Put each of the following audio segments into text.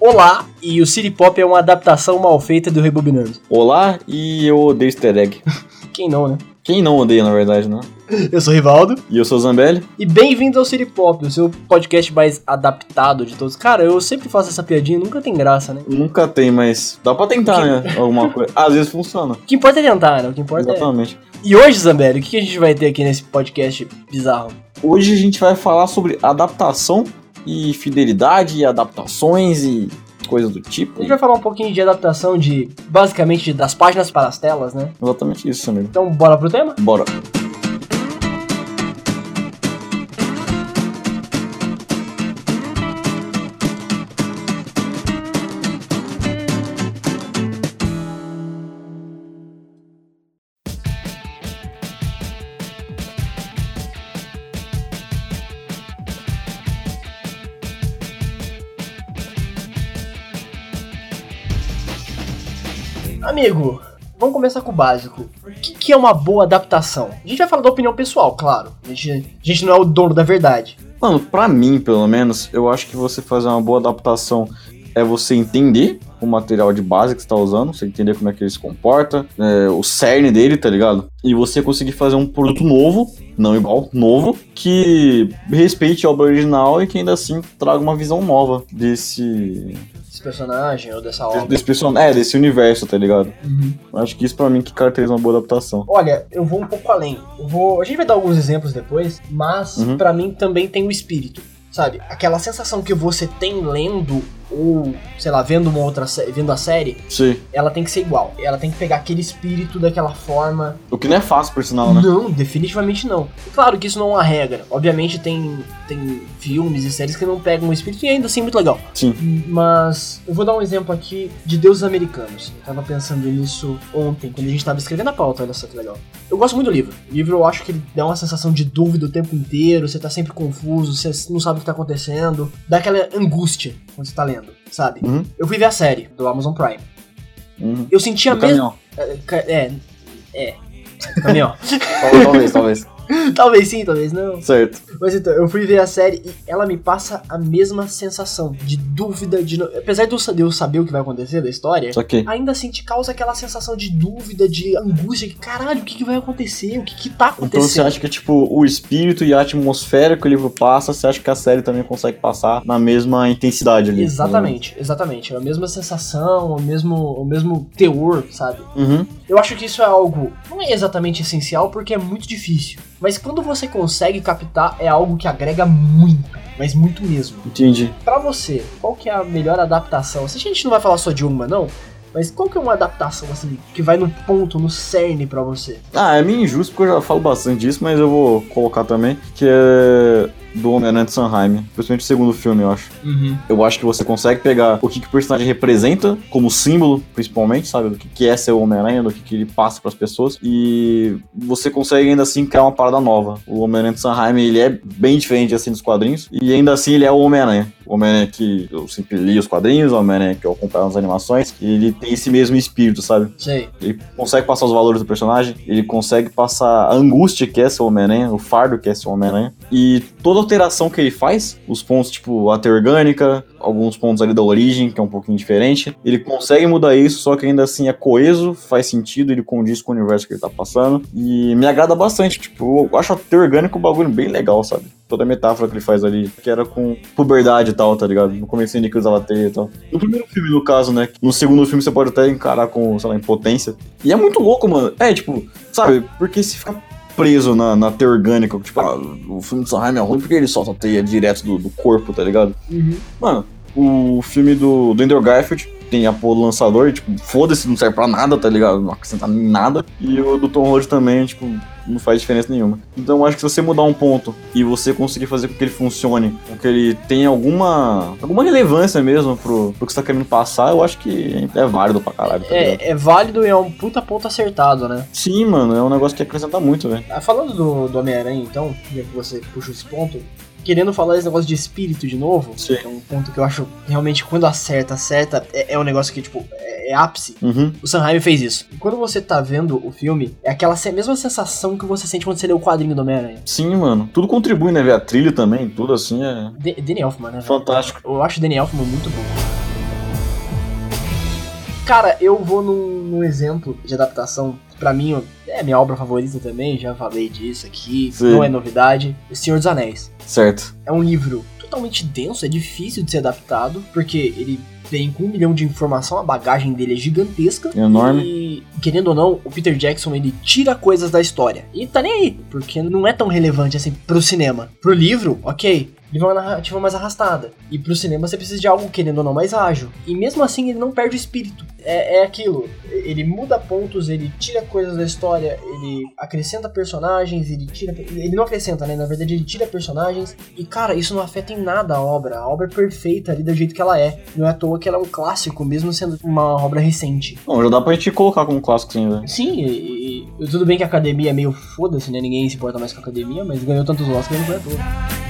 Olá e o City Pop é uma adaptação mal feita do Rebobinando. Olá e eu odeio easter egg. Quem não, né? Quem não odeia, na verdade, né? Eu sou o Rivaldo. E eu sou o Zambelli. E bem-vindos ao City Pop, o seu podcast mais adaptado de todos. Cara, eu sempre faço essa piadinha e nunca tem graça, né? Nunca tem, mas dá pra tentar, né? Alguma coisa. Às vezes funciona. O que importa é tentar, né? O que importa é... Exatamente. E hoje, Zambelli, o que a gente vai ter aqui nesse podcast bizarro? Hoje a gente vai falar sobre adaptação e fidelidade e adaptações e coisas do A tipo. gente vai falar um pouquinho de adaptação de, basicamente, de- das páginas para as telas, né? Exatamente isso, amigo. Então, bora pro tema? Bora. Amigo, vamos começar com o básico. O que, que é uma boa adaptação? A gente vai falar da opinião pessoal, claro. A gente, a gente não é o dono da verdade. Mano, pra mim, pelo menos, eu acho que você fazer uma boa adaptação é você entender o material de base que você tá usando, você entender como é que ele se comporta, é, o cerne dele, tá ligado? E você conseguir fazer um produto novo, não igual, novo, que respeite a obra original e que ainda assim traga uma visão nova desse. Desse personagem ou dessa desse, obra. desse person... É, desse universo, tá ligado? Uhum. Eu Acho que isso pra mim que caracteriza uma boa adaptação. Olha, eu vou um pouco além. Eu vou, a gente vai dar alguns exemplos depois, mas pra Uhum. mim também tem o espírito. Sabe? Aquela sensação que você tem lendo ou, sei lá, vendo uma outra sé- vendo a série, Sim. ela tem que ser igual. Ela tem que pegar aquele espírito daquela forma. O que não é fácil, por sinal, né? Não, definitivamente não. E Claro que isso não é uma regra. Obviamente tem, tem filmes e séries que não pegam o espírito e ainda assim é muito legal. Sim. Mas eu vou dar um exemplo aqui de deuses americanos. Eu tava pensando nisso ontem, quando a gente tava escrevendo a pauta, olha só que legal. Eu gosto muito do livro. O livro eu acho que ele dá uma sensação de dúvida o tempo inteiro, você tá sempre confuso, você não sabe o que tá acontecendo, dá aquela angústia quando você tá lendo, sabe? Uhum. Eu fui ver a série do Amazon Prime. Uhum. Eu senti a Do mesma. caminhão. É. É. Caminhão. Talvez, talvez. talvez sim, talvez não. Certo. Mas então, eu fui ver a série e ela me passa a mesma sensação de dúvida, de. no- Apesar de eu sa- de eu saber o que vai acontecer da história, Só que. ainda assim te causa aquela sensação de dúvida, de angústia, que caralho, o que, que vai acontecer? O que, que tá Então você acontecendo? acha que, tipo, o espírito e a atmosfera que o livro passa, você acha que a série também consegue passar na mesma intensidade ali? Exatamente, exatamente. É a mesma sensação, o mesmo, o mesmo teor, sabe? Uhum. Eu acho que isso é algo, não é exatamente essencial porque é muito difícil. Mas quando você consegue captar, é algo que agrega muito, mas muito mesmo. Entendi. Pra você, qual que é a melhor adaptação? Se a gente não vai falar só de uma, não, mas qual que é uma adaptação assim que vai no ponto, no cerne pra você? Ah, é meio injusto porque eu já falo bastante disso, mas eu vou colocar também, que é do Homem-Aranha de Sanheim, principalmente o segundo filme, eu acho. Uhum. Eu acho que você consegue pegar o que, que o personagem representa, como símbolo, principalmente, sabe? Do que, que é ser o Homem-Aranha, do que, que ele passa pras pessoas. E você consegue ainda assim criar uma parada nova. O Homem-Aranha de Sanheim, ele é bem diferente assim dos quadrinhos. E ainda assim, ele é o Homem-Aranha. O Homem-Aranha que eu sempre li os quadrinhos, o Homem-Aranha que eu acompanho nas animações. E ele tem esse mesmo espírito, sabe? Sei. Ele consegue passar os valores do personagem, ele consegue passar a angústia que é ser o Homem-Aranha, o fardo que é ser o Homem-Aranha. E toda alteração que ele faz, os pontos tipo a teia orgânica, alguns pontos ali da origem, que é um pouquinho diferente, ele consegue mudar isso, só que ainda assim é coeso, faz sentido, ele condiz com o universo que ele tá passando. E me agrada bastante, tipo, eu acho a teia orgânica um bagulho bem legal, sabe? Toda a metáfora que ele faz ali, que era com puberdade e tal, tá ligado? No começo ele que usava teia e tal. No primeiro filme, no caso, né? No segundo filme você pode até encarar com, sei lá, impotência. E é muito louco, mano. É, tipo, sabe? Porque se fica preso na, na teia orgânica, tipo, ah, o filme do Sanheim é ruim porque ele solta a teia direto do, do corpo, tá ligado? Uhum. Mano, o filme do, do Andrew Garfield tem apoio do lançador, e, tipo, foda-se, não serve pra nada, tá ligado? Não acrescenta em nada. E o do Tom Holland também, tipo, não faz diferença nenhuma. Então eu acho que se você mudar um ponto e você conseguir fazer com que ele funcione, com que ele tenha alguma alguma relevância mesmo pro, pro que você tá querendo passar, eu acho que é válido pra caralho, tá ligado? É, é válido e é um puta ponto acertado, né? Sim, mano, é um negócio que acrescenta muito, velho. Ah, Falando do, do Homem-Aranha, então, já que você puxou esse ponto, querendo falar esse negócio de espírito de novo, Sim. que é um ponto que eu acho realmente quando acerta, acerta, é, é um negócio que, tipo, é, é ápice. Uhum. O Sanheim fez isso. E quando você tá vendo o filme, é aquela se- mesma sensação que você sente quando você lê o quadrinho do Homem-Aranha. Sim, mano. Tudo contribui, né? Ver a trilha também, tudo assim é De- Danny Elfman, né? velho? fantástico. Eu acho o Danny Elfman muito bom. Cara, eu vou num, num exemplo de adaptação, pra mim, ó, é minha obra favorita também, já falei disso aqui, Sim. não é novidade. O Senhor dos Anéis. Certo. É um livro totalmente denso, é difícil de ser adaptado, porque ele vem com um milhão de informação, a bagagem dele é gigantesca. Enorme. E, querendo ou não, o Peter Jackson ele tira coisas da história. E tá nem aí, porque não é tão relevante assim pro cinema. Pro livro, ok. Ele vai uma narrativa mais arrastada. E pro cinema você precisa de algo, querendo ou não, mais ágil. E mesmo assim ele não perde o espírito. É, é aquilo. Ele muda pontos, ele tira coisas da história, ele acrescenta personagens, ele tira. Ele não acrescenta, né? Na verdade, ele tira personagens. E, cara, isso não afeta em nada a obra. A obra é perfeita ali do jeito que ela é. Não é à toa que ela é um clássico, mesmo sendo uma obra recente. Bom, já dá pra gente colocar como clássico sim, velho. Sim, e, e- tudo bem que a academia é meio foda-se, né? Ninguém se importa mais com a academia, mas ganhou tantos Oscars que não foi à toa.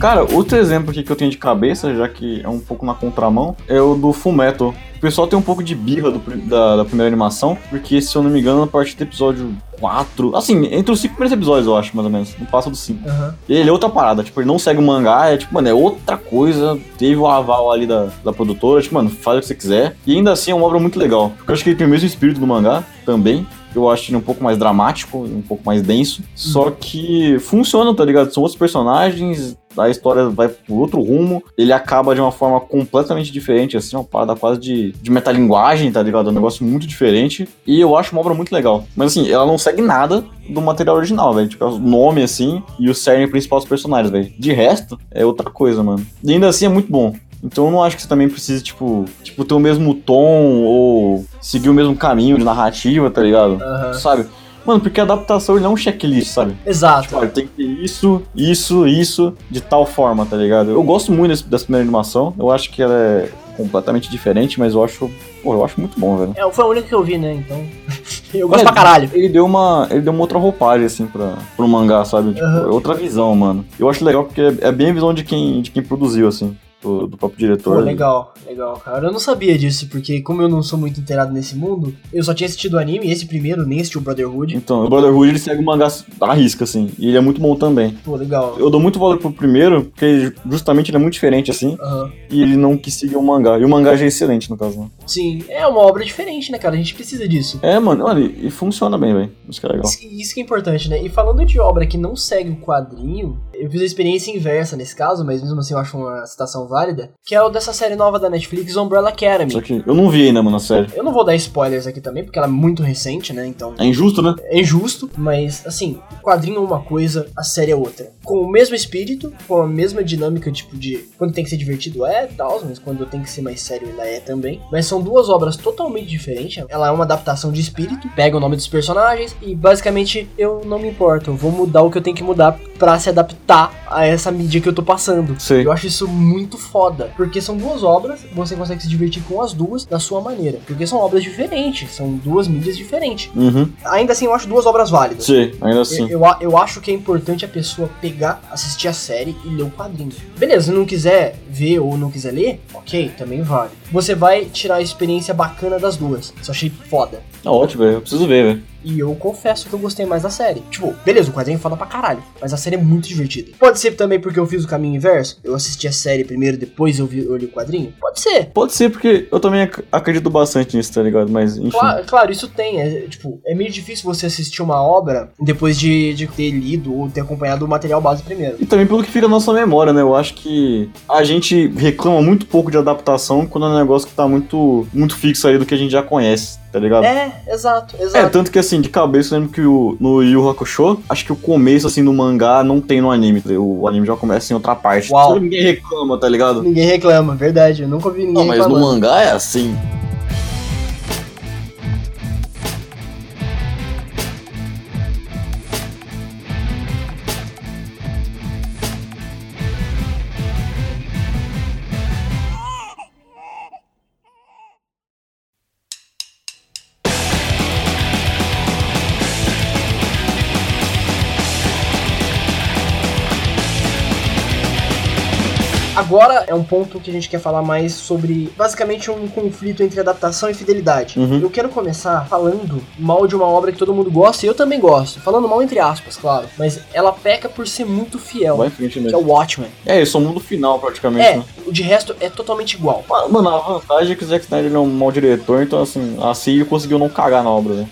Cara, outro exemplo aqui que eu tenho de cabeça, já que é um pouco na contramão, é o do Fullmetal. O pessoal tem um pouco de birra do pri- da, da primeira animação, porque, se eu não me engano, a partir do episódio 4... Assim, entre os 5 primeiros episódios, eu acho, mais ou menos. Não passa dos 5. Aham. Ele é outra parada, tipo, ele não segue o mangá, é tipo, mano, é outra coisa. Teve o aval ali da, da produtora, tipo, mano, faz o que você quiser. E ainda assim é uma obra muito legal. Porque eu acho que ele tem o mesmo espírito do mangá também. Eu acho ele um pouco mais dramático, um pouco mais denso. Só que funciona, tá ligado? São outros personagens, a história vai por outro rumo. Ele acaba de uma forma completamente diferente, assim, uma parada quase de, de metalinguagem, tá ligado? É um negócio muito diferente. E eu acho uma obra muito legal. Mas assim, ela não segue nada do material original, velho. Tipo, é o nome, assim, e o cerne principal dos personagens, velho. De resto, é outra coisa, mano. E ainda assim é muito bom. Então eu não acho que você também precisa, tipo, tipo, ter o mesmo tom ou seguir o mesmo caminho de narrativa, tá ligado? Aham. Sabe? Mano, porque a adaptação ele não é um checklist, sabe? Exato. Tipo, olha, tem que ter isso, isso, isso, de tal forma, tá ligado? Eu gosto muito desse- dessa primeira animação. Eu acho que ela é completamente diferente, mas eu acho. Pô, eu acho muito bom, velho. É, foi a única que eu vi, né? Então. eu gosto pra Olha, caralho. Ele deu uma. Ele deu uma outra roupagem, assim, pra, pro mangá, sabe? Tipo, Aham. é outra visão, mano. Eu acho legal porque é, é bem a visão de quem, de quem produziu, assim, do, do próprio diretor. né? Pô, legal, legal, cara. Eu não sabia disso, porque como eu não sou muito inteirado nesse mundo, eu só tinha assistido o anime, esse primeiro, nem assisti o Brotherhood. Então, o Brotherhood ele segue o mangá à risca, assim. E ele é muito bom também. Pô, legal. Eu dou muito valor pro primeiro, porque justamente ele é muito diferente, assim. Aham. E ele não quis seguir o mangá. E o mangá já é excelente, no caso, né? Sim, é uma obra diferente, né, cara? A gente precisa disso. É, mano, olha, e funciona bem, velho. Isso que é legal. Isso, isso que é importante, né? E falando de obra que não segue o quadrinho, eu fiz a experiência inversa nesse caso, mas mesmo assim eu acho uma citação válida, que é o dessa série nova da Netflix, Umbrella Só Academy. que eu não vi ainda, mano, a série. Eu não vou dar spoilers aqui também, porque ela é muito recente, né? Então É injusto, né? é injusto, mas assim, o quadrinho é uma coisa, a série é outra. Com o mesmo espírito, com a mesma dinâmica, tipo, de quando tem que ser divertido é tal, mas quando tem que ser mais sério ela é também. Mas são duas obras totalmente diferentes. Ela é uma adaptação de espírito, pega o nome dos personagens e basicamente eu não me importo, eu vou mudar o que eu tenho que mudar pra se adaptar a essa mídia que eu tô passando. Sei. Eu acho isso muito foda, porque são duas obras, você consegue se divertir com as duas da sua maneira, porque são obras diferentes, são duas mídias diferentes. Uhum. Ainda assim, eu acho duas obras válidas. Sei, ainda Eu, assim. eu, a- eu acho que é importante a pessoa pegar, assistir a série e ler o quadrinho. Beleza, se não quiser ver ou não quiser ler, ok, também vale. Você vai tirar a experiência bacana das duas. Isso eu achei foda. Tá ótimo, velho. Eu preciso ver, velho. E eu confesso que eu gostei mais da série. Tipo, beleza, o quadrinho é foda pra caralho, mas a série é muito divertida. Pode ser também porque eu fiz o caminho inverso? Eu assisti a série primeiro, depois eu, vi, eu li o quadrinho? Pode ser. Pode ser, porque eu também ac- acredito bastante nisso, tá ligado? Mas, enfim. Cla- claro, isso tem. É, tipo, é meio difícil você assistir uma obra depois de, de ter lido ou ter acompanhado o material base primeiro. E também pelo que fica na nossa memória, né? Eu acho que a gente reclama muito pouco de adaptação quando é um negócio que tá muito, muito fixo aí do que a gente já conhece, tá ligado? É, exato, É, exato. tanto que assim, de cabeça eu lembro que o, no Yu Yu Hakusho, acho que o começo assim do mangá não tem no anime. tá O anime já começa em outra parte. Uau. Então Ninguém reclama, tá ligado? Ninguém reclama, verdade. Eu nunca vi ninguém Não, mas no reclamando. mangá é assim. Agora é um ponto que a gente quer falar mais sobre basicamente um conflito entre adaptação e fidelidade. Uhum. Eu quero começar falando mal de uma obra que todo mundo gosta e eu também gosto. Falando mal entre aspas, claro. Mas ela peca por ser muito fiel. Vai em frente Que é mesmo. o Watchmen. É, isso é o mundo final praticamente, É, né? o de resto é totalmente igual. Mas, Mano, a vantagem é que o Zack Snyder não é um mau diretor, então assim, a CEO conseguiu não cagar na obra, né?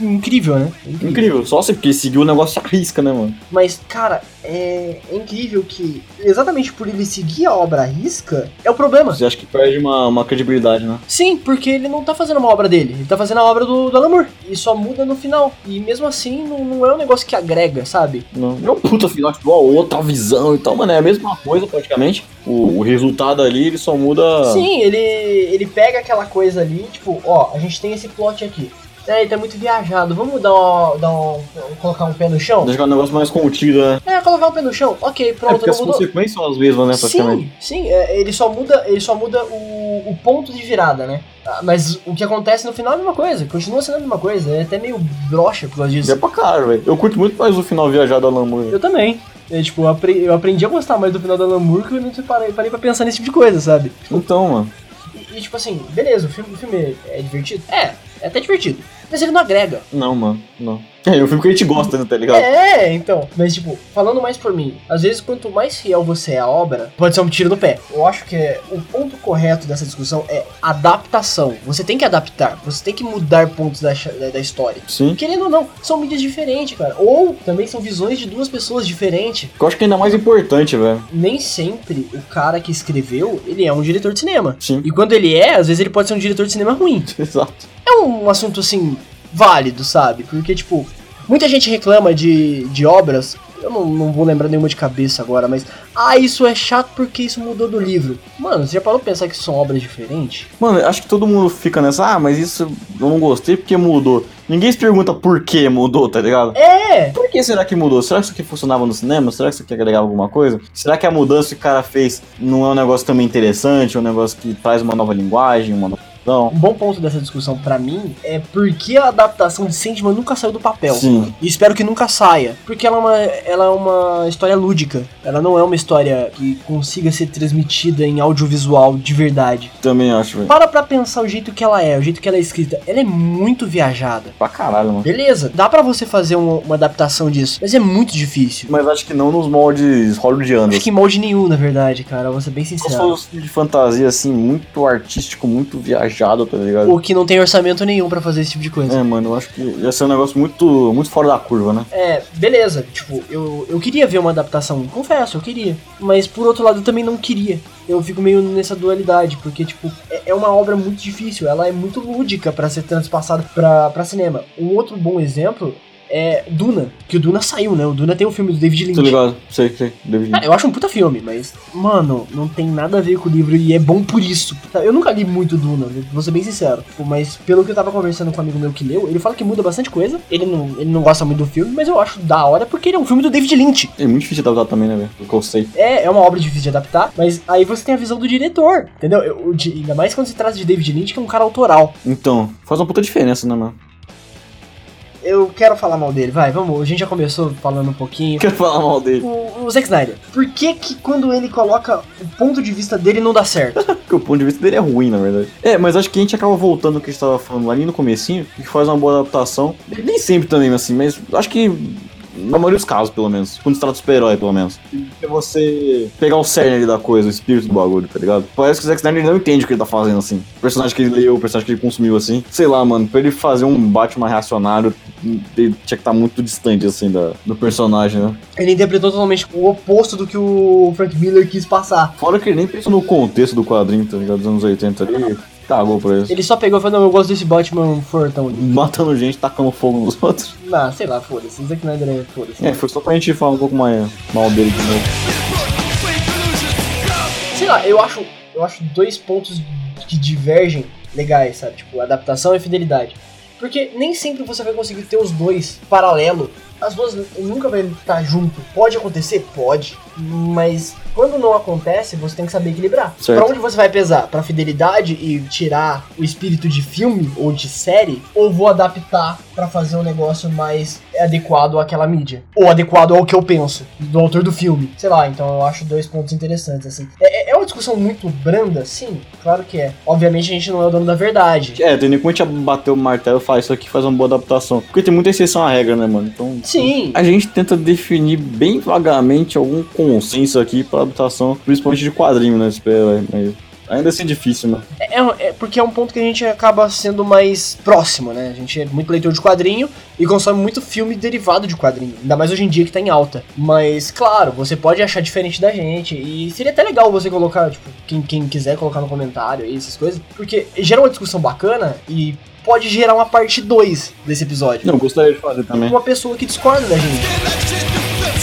Incrível, né? Incrível, só assim, porque seguiu o negócio à risca, né, mano? Mas, cara, é, é incrível que exatamente por ele seguir a obra à risca é o problema. Você acha que perde uma, uma credibilidade, né? Sim, porque ele não tá fazendo uma obra dele, ele tá fazendo a obra do, do Alan Moore. E só muda no final. E mesmo assim, não, não é um negócio que agrega, sabe? Não, não é um puta final, tipo, ó, outra visão e tal, mano, é a mesma coisa praticamente. O, o resultado ali, ele só muda... Sim, ele, ele pega aquela coisa ali, tipo, ó, a gente tem esse plot aqui. É, ele tá muito viajado, vamos dar, um- dar um, colocar um pé no chão? Deixa um negócio mais contido, né? É, colocar um pé no chão, ok, É, pronto, porque não as mudou. consequências são as mesmas, né, praticamente. Sim, sim, é, ele só muda, ele só muda o, o ponto de virada, né? Ah, Mas o que acontece no final é a mesma coisa, continua sendo a mesma coisa, é até meio broxa por causa E é disso. pra caralho, velho. Eu curto muito mais o final viajado da Lamborghini. Eu também. É, tipo, eu apre- eu aprendi a gostar mais do final da Lamour que eu não parei, parei pra pensar nesse tipo de coisa, sabe? Então, mano. E, e, tipo assim, beleza, o filme, o filme é, é divertido? É, é até divertido. Mas ele não agrega. Não, mano. Não. É, o filme que a gente gosta, né, tá ligado? É, então. Mas, tipo, falando mais por mim, às vezes quanto mais fiel você é à obra, pode ser um tiro no pé. Eu acho que é, o ponto correto dessa discussão é adaptação. Você tem que adaptar, você tem que mudar pontos da, cha- da- da história. Sim. Querendo ou não, são mídias diferentes, cara. Ou também são visões de duas pessoas diferentes. Eu acho que é ainda mais importante, velho. Nem sempre o cara que escreveu, ele é um diretor de cinema. Sim. E quando ele é, às vezes ele pode ser um diretor de cinema ruim Exato. é um assunto assim válido, sabe? Porque, tipo, muita gente reclama de, de obras. Eu não, não vou lembrar nenhuma de cabeça agora, mas. Ah, isso é chato porque isso mudou do livro. Mano, você já parou pra pensar que isso são obras diferentes? Mano, eu acho que todo mundo fica nessa, ah, mas isso eu não gostei porque mudou. Ninguém se pergunta por que mudou, tá ligado? É! Por que será que mudou? Será que isso aqui funcionava no cinema? Será que isso aqui agregava alguma coisa? Será que a mudança que o cara fez não é um negócio também interessante? É um negócio que traz uma nova linguagem, uma nova visão? Um bom ponto dessa discussão pra mim é porque a adaptação de Sandman nunca saiu do papel. Sim. E espero que nunca saia. Porque ela é, uma, ela é uma história lúdica. Ela não é uma história que consiga ser transmitida em audiovisual de verdade. Também acho, velho. Para pra pensar o jeito que ela é, o jeito que ela é escrita. Ela é muito viajada. Pra caralho, mano. Beleza, dá pra você fazer um- uma adaptação disso, mas é muito difícil. Mas acho que não nos moldes hollywoodianos. Acho que em molde nenhum, na verdade, cara, vou ser bem Só se for sincero. um filme de fantasia, assim, muito artístico, muito viajado, tá ligado? Ou que não tem orçamento nenhum pra fazer esse tipo de coisa. É, mano, eu acho que ia ser um negócio muito, muito fora da curva, né? É, beleza, tipo, eu, eu queria ver uma adaptação, confesso, eu queria. Mas por outro lado, eu também não queria. Eu fico meio nessa dualidade, porque, tipo, é, é uma obra muito difícil, ela é muito lúdica pra ser transpassada pra, pra cinema. Um outro bom exemplo é Duna, que o Duna saiu, né? O Duna tem um filme do David Lynch. Tô ligado? Sei, sei, David Ah, Lynch. eu acho um puta filme, mas, mano, não tem nada a ver com o livro e é bom por isso. Tá, Eu nunca li muito Duna, vou ser bem sincero. Tipo, Mas pelo que eu tava conversando com um amigo meu que leu, ele fala que muda bastante coisa. Ele não, ele não gosta muito do filme, mas eu acho da hora porque ele é um filme do David Lynch. É muito difícil de adaptar também, né, velho? Do que eu sei. É, é uma obra difícil de adaptar, mas aí você tem a visão do diretor, entendeu? Eu- o di- ainda mais quando se trata de David Lynch, que é um cara autoral. Então, faz uma puta diferença, né, mano? Eu quero falar mal dele, vai, vamos. A gente já começou falando um pouquinho. Quer falar mal dele? O, o Zack Snyder, por que que quando ele coloca o ponto de vista dele não dá certo? Porque o ponto de vista dele é ruim, na verdade. É, mas acho que a gente acaba voltando ao que a gente tava falando ali no comecinho, que faz uma boa adaptação. Nem sempre também, assim, mas acho que na maioria dos casos, pelo menos. Quando se trata de super-herói, pelo menos. É você pegar o cerne ali da coisa, o espírito do bagulho, tá ligado? Parece que o Zack Snyder não entende o que ele tá fazendo, assim. O personagem que ele leu, o personagem que ele consumiu, assim. Sei lá, mano, pra ele fazer um Batman reacionário, ele tinha que estar muito distante, assim, da, do personagem, né? Ele interpretou totalmente o oposto do que o Frank Miller quis passar. Fora que ele nem pensou no contexto do quadrinho, tá ligado? Dos anos 80 ali, cagou pra isso. Ele só pegou e falou, não, eu gosto desse Batman fortão. matando gente, tacando fogo nos outros. Ah, sei lá, foda-se. Zack Snyder é foda-se. É, foi só pra gente falar um pouco mais mal dele de novo. Sei lá, eu acho, eu acho dois pontos que divergem legais, sabe? Tipo, adaptação e fidelidade. Porque nem sempre você vai conseguir ter os dois tá paralelo. As duas nunca vai estar junto. Pode acontecer? Pode. Mas Quando não acontece, você tem que saber equilibrar. Certo. Pra um onde você vai pesar? Pra fidelidade e tirar o espírito de filme ou de série? Ou vou adaptar pra fazer um negócio mais adequado àquela mídia? Ou adequado ao que eu penso, do autor do filme? Sei lá, então eu acho dois pontos interessantes, assim. É, é- é uma discussão muito branda? Sim, claro que é. Obviamente a gente não é o dono da verdade. É, tem nem como a gente bater o martelo e falar isso aqui faz uma boa adaptação. Porque tem muita exceção à regra, né, mano? Então. Sim, A gente tenta definir bem vagamente algum consenso aqui pra adaptação, principalmente de quadrinho, né? Espera, mas ainda assim é difícil, né? É, é porque é um ponto que a gente acaba sendo mais próximo, né? A gente é muito leitor de quadrinho e consome muito filme derivado de quadrinho. Ainda mais hoje em dia que tá em alta. Mas, claro, você pode achar diferente da gente. E seria até legal você colocar, tipo, quem, quem quiser colocar no comentário aí, essas coisas. Porque gera uma discussão bacana e pode gerar uma parte 2 desse episódio. Não, gostaria de fazer também. Uma pessoa que discorda da gente.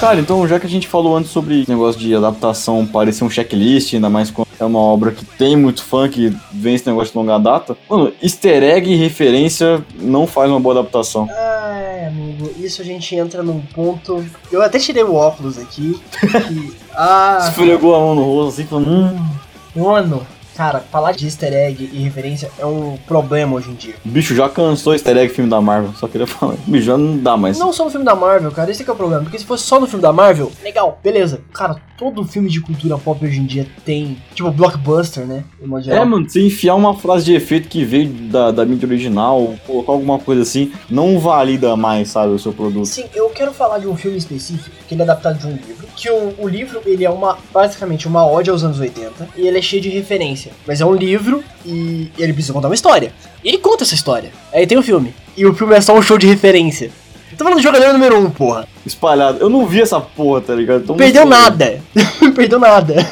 Cara, então já que a gente falou antes sobre esse negócio de adaptação parecer um checklist, ainda mais quando é uma obra que tem muito fã, que vem esse negócio de longa data, mano, easter egg e referência não faz uma boa adaptação. Ai, amigo, isso a gente entra num ponto. Eu até tirei o óculos aqui. que- Ah. Esfregou a mão no rosto assim, falando, hum, Mano, Um cara, falar de easter egg e referência é um problema hoje em dia. bicho, já cansou easter egg filme da Marvel, só queria falar, bicho, já não dá mais. Não só no filme da Marvel, cara, esse que é o problema. Porque se fosse só no filme da Marvel, legal, beleza. Cara, todo filme de cultura pop hoje em dia tem, tipo, blockbuster, né? Em modo É, geral. mano, se enfiar uma frase de efeito que veio da, da mídia original, colocar alguma coisa assim, não valida mais, sabe, o seu produto. Sim, eu quero falar de um filme específico, que ele é adaptado de um livro. Que o, o livro, ele é uma, basicamente, uma ode aos anos 80. E ele é cheio de referência. Mas é um livro e ele precisa contar uma história. E ele conta essa história. Aí tem o filme. E o filme é só um show de referência. Tô falando de jogador número 1, um, porra. Espalhado. Eu não vi essa porra, tá ligado? Então, Perdeu não sei. nada. Perdeu nada.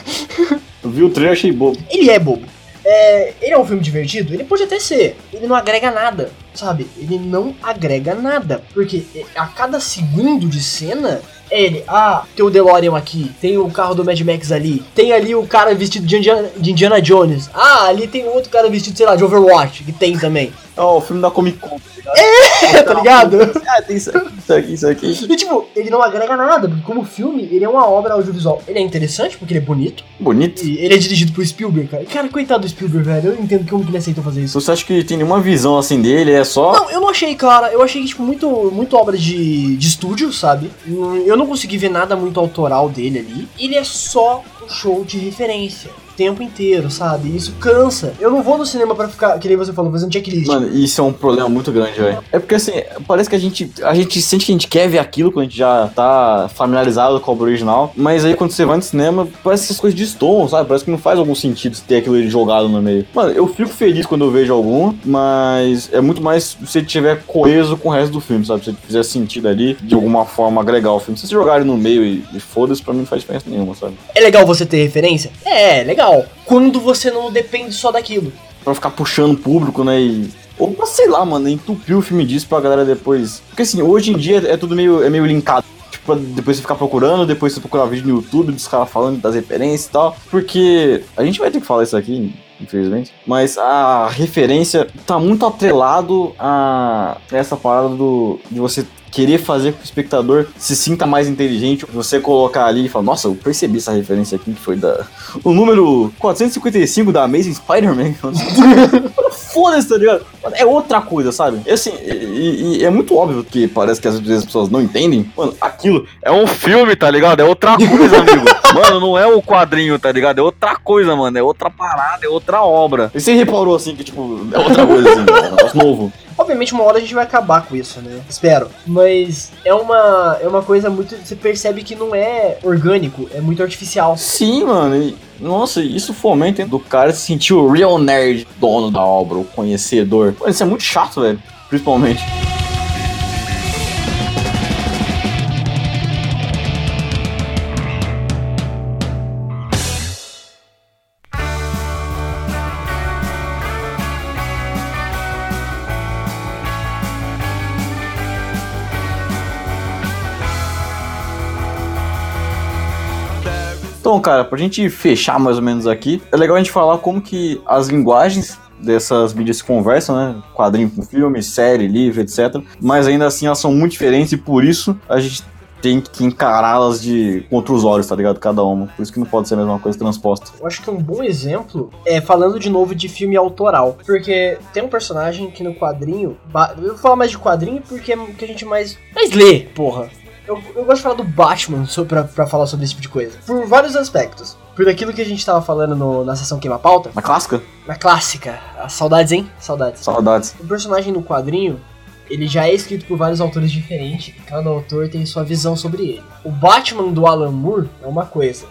Eu vi o trailer, achei bobo. Ele é bobo. É, ele é um filme divertido? Ele pode até ser. Ele não agrega nada, sabe? Ele não agrega nada. Porque é, a cada segundo de cena, é ele, ah, tem o DeLorean aqui, tem o carro do Mad Max ali, tem ali o cara vestido de Indiana, de Indiana Jones, ah, ali tem outro cara vestido, sei lá, de Overwatch, que tem também. Ó, o filme da Comic Con, tá ligado? tá ligado? Ah, tem isso aqui, isso aqui, isso aqui. E tipo, ele não agrega nada, porque como filme, ele é uma obra audiovisual. Ele é interessante porque ele é bonito. Bonito. E ele é dirigido por Spielberg, cara. Cara, coitado do Spielberg, velho. Eu não entendo como que ele aceitou fazer isso. Se você acha que tem nenhuma visão assim dele, é só. Não, eu não achei, cara. Eu achei, tipo, muito, muito obra de, de estúdio, sabe? Hum, Eu não consegui ver nada muito autoral dele ali. Ele é só um show de referência. O tempo inteiro, sabe? Isso cansa. Eu não vou no cinema pra ficar, que nem você falou, fazendo checklist. Mano, isso é um problema muito grande, velho. É porque assim, parece que a gente, a gente sente que a gente quer ver aquilo quando a gente já tá familiarizado com a obra original, mas aí quando você vai no cinema, parece que as coisas destoam, sabe? Parece que não faz algum sentido ter aquilo jogado no meio. Mano, eu fico feliz quando eu vejo algum, mas é muito mais se você tiver coeso com o resto do filme, sabe? Se fizer sentido ali, de alguma forma agregar o filme. Se você jogar ele no meio e, e foda-se, pra mim não faz diferença nenhuma, sabe? É legal você ter referência? É, é legal. Quando você não depende só daquilo. Pra ficar puxando o público, né? E. Ou pra, sei lá, mano, entupir o filme disso pra galera depois. Porque assim, hoje em dia é tudo meio, é meio linkado. Tipo, pra depois você ficar procurando, depois você procurar vídeo no YouTube dos caras falando das referências e tal. Porque a gente vai ter que falar isso aqui, infelizmente. Mas a referência tá muito atrelado a essa parada do, de você querer fazer com que o espectador se sinta mais inteligente. Você colocar ali e falar, nossa, eu percebi essa referência aqui que foi da. O número 455 da Amazing Spider-Man. Foda-se, tá ligado? Mano, É outra coisa, sabe? E assim, e, e- e é muito óbvio que parece que às vezes as pessoas não entendem. Mano, aquilo é um filme, tá ligado? É outra coisa, amigo. Mano, não é o quadrinho, tá ligado? É outra coisa, mano. É outra parada, é outra obra. E você reparou assim que, tipo, é outra coisa, assim, é um negócio novo. Obviamente, uma hora a gente vai acabar com isso, né? Espero. Mas é uma, é uma coisa muito. Você percebe que não é orgânico, é muito artificial. Sim, mano. e- nossa, isso fomenta hein, do cara se sentir o real nerd, dono da obra, o conhecedor. Mano, isso é muito chato, velho. Principalmente. Então, cara, pra gente fechar mais ou menos aqui, é legal a gente falar como que as linguagens dessas mídias se conversam, né? Quadrinho com filme, série, livro, etc. Mas ainda assim elas são muito diferentes e por isso a gente tem que encará-las de contra os olhos, tá ligado? Cada uma. Por isso que não pode ser a mesma coisa transposta. Eu acho que um bom exemplo é falando de novo de filme autoral. Porque tem um personagem que no quadrinho. ba- Eu vou falar mais de quadrinho porque é o que a gente mais. Mais lê, porra. Eu, eu gosto de falar do Batman so- pra, pra falar sobre esse tipo de coisa. Por vários aspectos. Por aquilo que a gente tava falando no- na sessão Queima Pauta, Na clássica? na clássica. As saudades, hein? Saudades. Saudades. O personagem no quadrinho, ele já é escrito por vários autores diferentes, e cada autor tem sua visão sobre ele. O Batman do Alan Moore é uma coisa,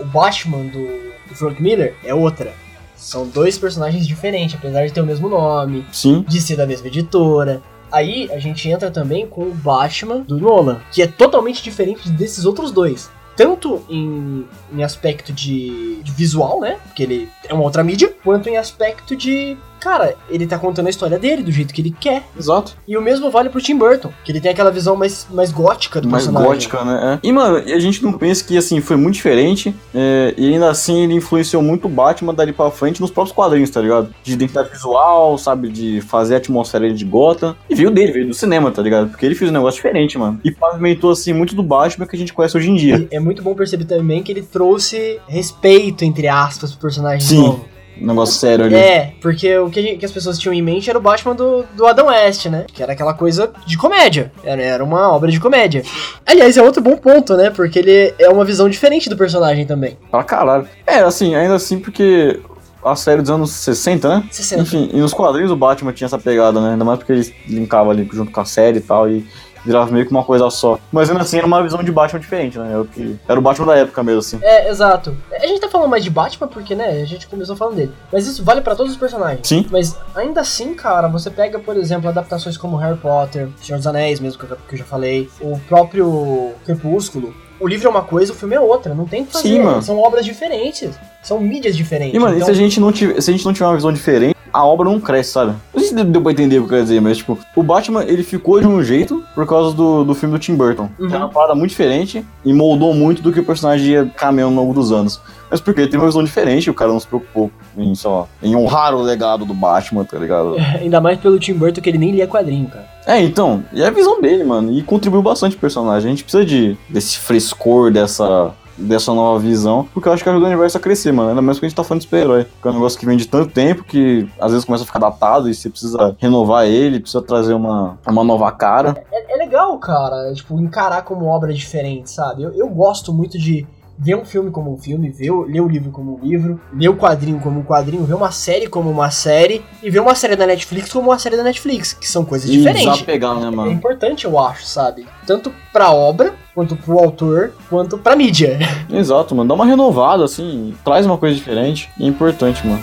o Batman do do Frank Miller é outra. São dois personagens diferentes, apesar de ter o mesmo nome, Sim. de ser da mesma editora. Aí a gente entra também com o Batman do Nolan, que é totalmente diferente desses outros dois. Tanto em, em aspecto de, de visual, né? Porque ele é uma outra mídia, quanto em aspecto de. Cara, ele tá contando a história dele do jeito que ele quer. Exato. E o mesmo vale pro Tim Burton, que ele tem aquela visão mais, mais gótica do Mais personagem. gótica, né? É. E, mano, a gente não pensa que, assim, foi muito diferente. é, e ainda assim, ele influenciou muito o Batman dali pra frente nos próprios quadrinhos, tá ligado? De identidade visual, sabe? De fazer a atmosfera de Gotham. E veio dele, veio do cinema, tá ligado? Porque ele fez um negócio diferente, mano. E pavimentou, assim, muito do Batman que a gente conhece hoje em dia. E É muito bom perceber também que ele trouxe respeito, entre aspas, pro personagem Sim. novo. Um negócio sério ali. É, porque o que, a gente- que as pessoas tinham em mente era o Batman do, do Adam West, né? Que era aquela coisa de comédia. Era, era uma obra de comédia. Aliás, é outro bom ponto, né? Porque ele é uma visão diferente do personagem também. Pra caralho. É, assim, ainda assim, porque a série dos anos 60, né? 60. Enfim, e nos quadrinhos o Batman tinha essa pegada, né? Ainda mais porque ele linkava ali junto com a série e tal, e virava meio que uma coisa só. Mas ainda assim era uma visão de Batman diferente, né? Era o, que... era o Batman da época mesmo, assim. É, exato. A gente tá falando mais de Batman porque, né, a gente começou falando dele. Mas isso vale pra todos os personagens. Sim. Mas ainda assim, cara, você pega, por exemplo, adaptações como Harry Potter, Senhor dos Anéis, mesmo que eu, que eu já falei, o próprio Crepúsculo. O livro é uma coisa, o filme é outra. Não tem o que fazer. Sim, mano. São obras diferentes. São mídias diferentes. E, mano, e Então- se a, gente não tiver, se a gente não tiver uma visão diferente, a obra não cresce, sabe? Não sei se deu pra entender o que eu quero dizer, mas, tipo, o Batman, ele ficou de um jeito por causa do, do filme do Tim Burton. Uhum. Que é uma parada muito diferente e moldou muito do que o personagem ia caminhando ao longo dos anos. Mas porque ele teve uma visão diferente, o cara não se preocupou em, sei lá, em honrar o legado do Batman, tá ligado? Ainda mais pelo Tim Burton, que ele nem lia quadrinho, cara. É, então, e é a visão dele, mano. E contribuiu bastante o personagem. A gente precisa de, desse frescor, dessa, dessa nova visão, porque eu acho que ajuda o universo a crescer, mano. Ainda mais que a gente tá falando de super-herói. Que é um negócio que vem de tanto tempo que às vezes começa a ficar datado e você precisa renovar ele, precisa trazer uma, uma nova cara. É, é legal, cara, tipo, encarar como obra diferente, sabe? Eu, eu gosto muito de ver um filme como um filme, ver, o- ler o livro como um livro, ler o quadrinho como um quadrinho, ver uma série como uma série, e ver uma série da Netflix como uma série da Netflix, que são coisas E diferentes. desapegar, né, É mano? importante, eu acho, sabe? Tanto pra obra, quanto pro autor, quanto pra mídia. Exato, mano. Dá uma renovada, assim, traz uma coisa diferente. É importante, mano.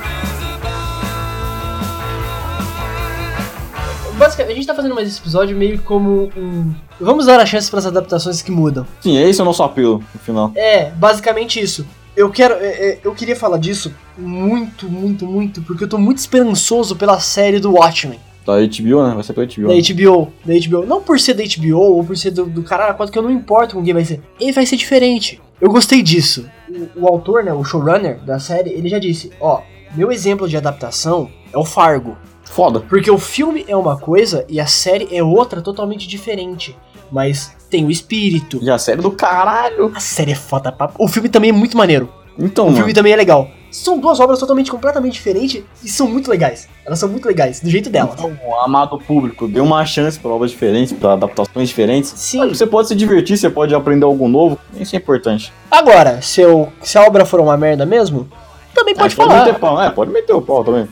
Basicamente, a gente tá fazendo mais esse episódio meio como um. Vamos dar a chance pras adaptações que mudam. Sim, esse é o nosso apelo, no final. É, basicamente isso. Eu quero. é, é, eu queria falar disso muito, muito, muito, porque eu tô muito esperançoso pela série do Watchmen, Da HBO, né? Vai ser pela HBO. da HBO, da HBO. Não por ser da HBO ou por ser do, do caralho, quanto que eu não importo com quem vai ser. Ele vai ser diferente. Eu gostei disso. O, o autor, né, o showrunner da série, ele já disse, ó, meu exemplo de adaptação é o Fargo. Foda. Porque o filme é uma coisa e a série é outra totalmente diferente. Mas tem o espírito. E a série do caralho. A série é foda. pra- O filme também é muito maneiro. Então, O mano. filme também é legal. São duas obras totalmente, completamente diferentes e são muito legais. Elas são muito legais, do jeito delas. Então, amado público, dê uma chance para obras diferentes, para adaptações diferentes. Sim. Você pode se divertir, você pode aprender algo novo. Isso é importante. Agora, se, eu- se a obra for uma merda mesmo, também pode É, falar. Meter pau, é, pode meter o pau também.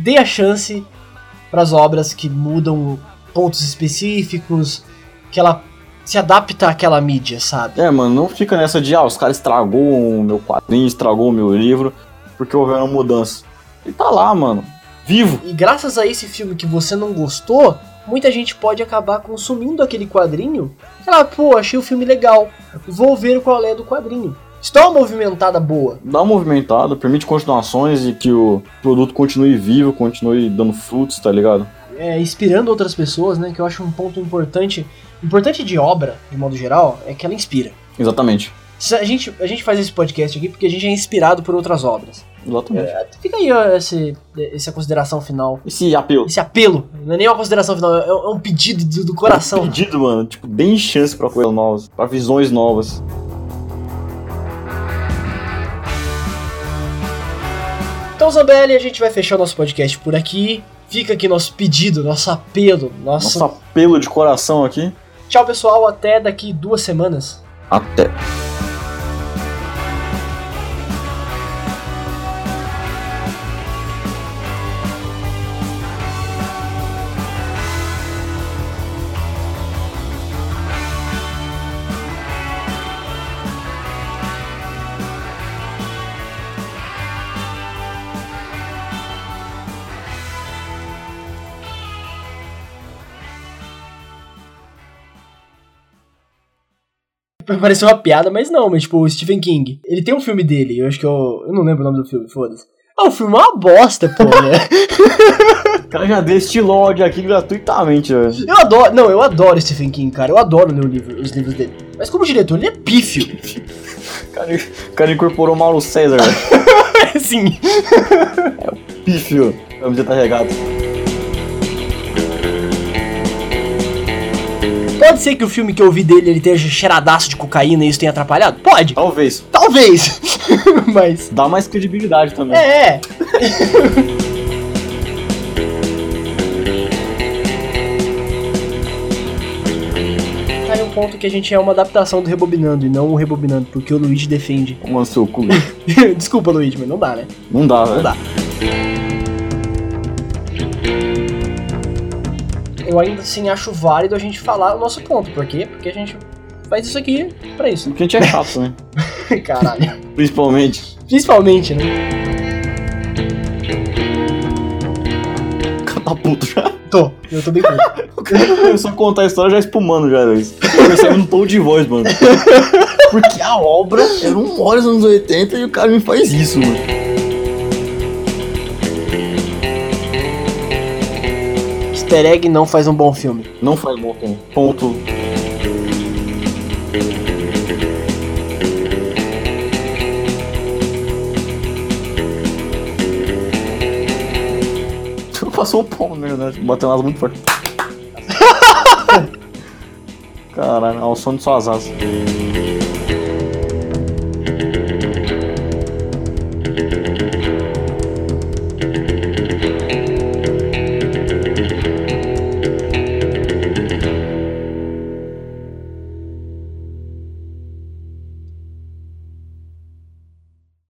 Dê a chance pras obras que mudam pontos específicos, que ela se adapta àquela mídia, sabe? É, mano, não fica nessa de, ah, os caras estragou o meu quadrinho, estragou o meu livro, porque houveram mudança. Ele tá lá, mano, vivo. E graças a esse filme que você não gostou, muita gente pode acabar consumindo aquele quadrinho. Ela, pô, achei o filme legal. Vou ver qual é do quadrinho. Isso dá uma movimentada boa. Dá uma movimentada, permite continuações e que o produto continue vivo, continue dando frutos, tá ligado? é, inspirando outras pessoas, né? Que eu acho um ponto importante. Importante de obra, de modo geral, é que ela inspira. Exatamente. Se A gente, a gente faz esse podcast aqui porque a gente é inspirado por outras obras. Exatamente. É, fica aí ó, esse, essa consideração final. Esse apelo. Esse apelo. Não é nem uma consideração final, é, é um pedido do, do coração. Pedido, mano. Tipo, deem chance pra coisas novas, pra visões novas. Então, Zambelli, a gente vai fechar o nosso podcast por aqui. Fica aqui nosso pedido, nosso apelo, nosso. Nosso apelo de coração aqui. Tchau, pessoal. Até daqui duas semanas. Até. Pareceu uma piada, mas não, mas tipo, o Stephen King. Ele tem um filme dele, eu acho que eu. Eu não lembro o nome do filme, foda-se. Ah, o filme é uma bosta, pô, né? O cara já destilou ódio aqui gratuitamente, velho. Eu adoro. Não, eu adoro Stephen King, cara. Eu adoro ler o livro, os livros dele. Mas como diretor, ele é pífio. O cara, o cara incorporou o Mauro César, velho. Sim. Pífio. Vamos já tá regado. Pode ser que o filme que eu vi dele ele esteja cheiradaço de cocaína e isso tenha atrapalhado? Pode. Talvez. Talvez. mas. Dá mais credibilidade também. É. é. Tá aí um ponto que a gente é uma adaptação do Rebobinando e não o Rebobinando, porque o Luigi defende. Mano, é seu cu. Desculpa, Luigi, mas não dá, né? Não dá, Não velho. dá. Eu ainda assim acho válido a gente falar o nosso ponto. Por quê? Porque a gente faz isso aqui pra isso. Porque a gente é chato, né? Caralho. Principalmente. Principalmente, né? Catapulto tá já. Tô, eu tô bem puto. Começou a contar a história já espumando já, Luiz. Percebe um tom de voz, mano. Porque a obra era um hora dos anos 80 e o cara me faz isso, mano. Easter egg não faz um bom filme. Não faz bom tempo. Ponto. Passou o pão, né? né? Bateu nas muito forte. Caralho, ao som de suas asas.